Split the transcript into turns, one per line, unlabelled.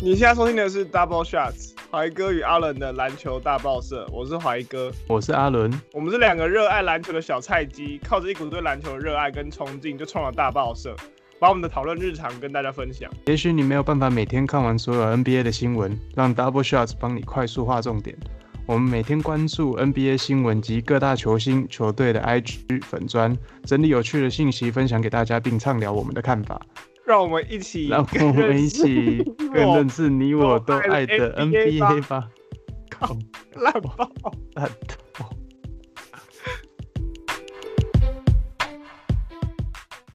你现在收听的是 Double Shots，怀哥与阿伦的篮球大报社，我是怀哥，
我是阿伦，
我们是两个热爱篮球的小菜鸡，靠着一股对篮球的热爱跟冲劲，就创了大报社，把我们的讨论日常跟大家分享。
也许你没有办法每天看完所有 NBA 的新闻，让 Double Shots 帮你快速划重点。我们每天关注 NBA 新闻及各大球星、球队的 IG 粉砖，整理有趣的信息分享给大家，并畅聊我们的看法。
让我们一起，
让我们一起更认识你我都爱的 NBA 吧！靠，
烂爆！
烂透！